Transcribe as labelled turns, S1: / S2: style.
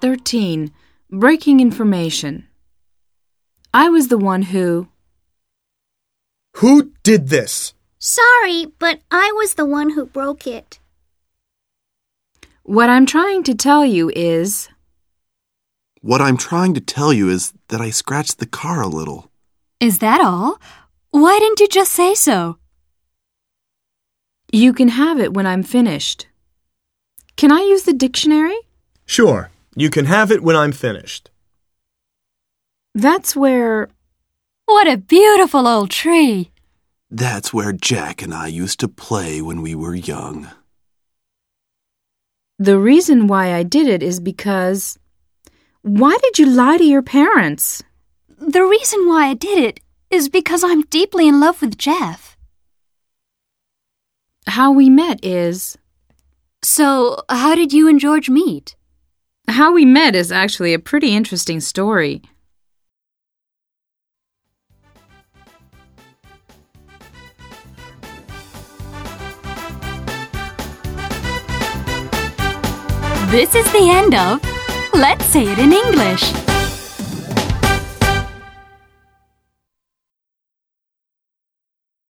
S1: 13 Breaking Information. I was the one who.
S2: Who did this?
S3: Sorry, but I was the one who broke it.
S1: What I'm trying to tell you is.
S4: What I'm trying to tell you is that I scratched the car a little.
S5: Is that all? Why didn't you just say so?
S1: You can have it when I'm finished. Can I use the dictionary?
S2: Sure, you can have it when I'm finished.
S1: That's where.
S5: What a beautiful old tree!
S4: That's where Jack and I used to play when we were young.
S1: The reason why I did it is because. Why did you lie to your parents?
S5: The reason why I did it is because I'm deeply in love with Jeff.
S1: How we met is.
S5: So, how did you and George meet?
S1: How we met is actually a pretty interesting story.
S5: This is the end of Let's Say It in English.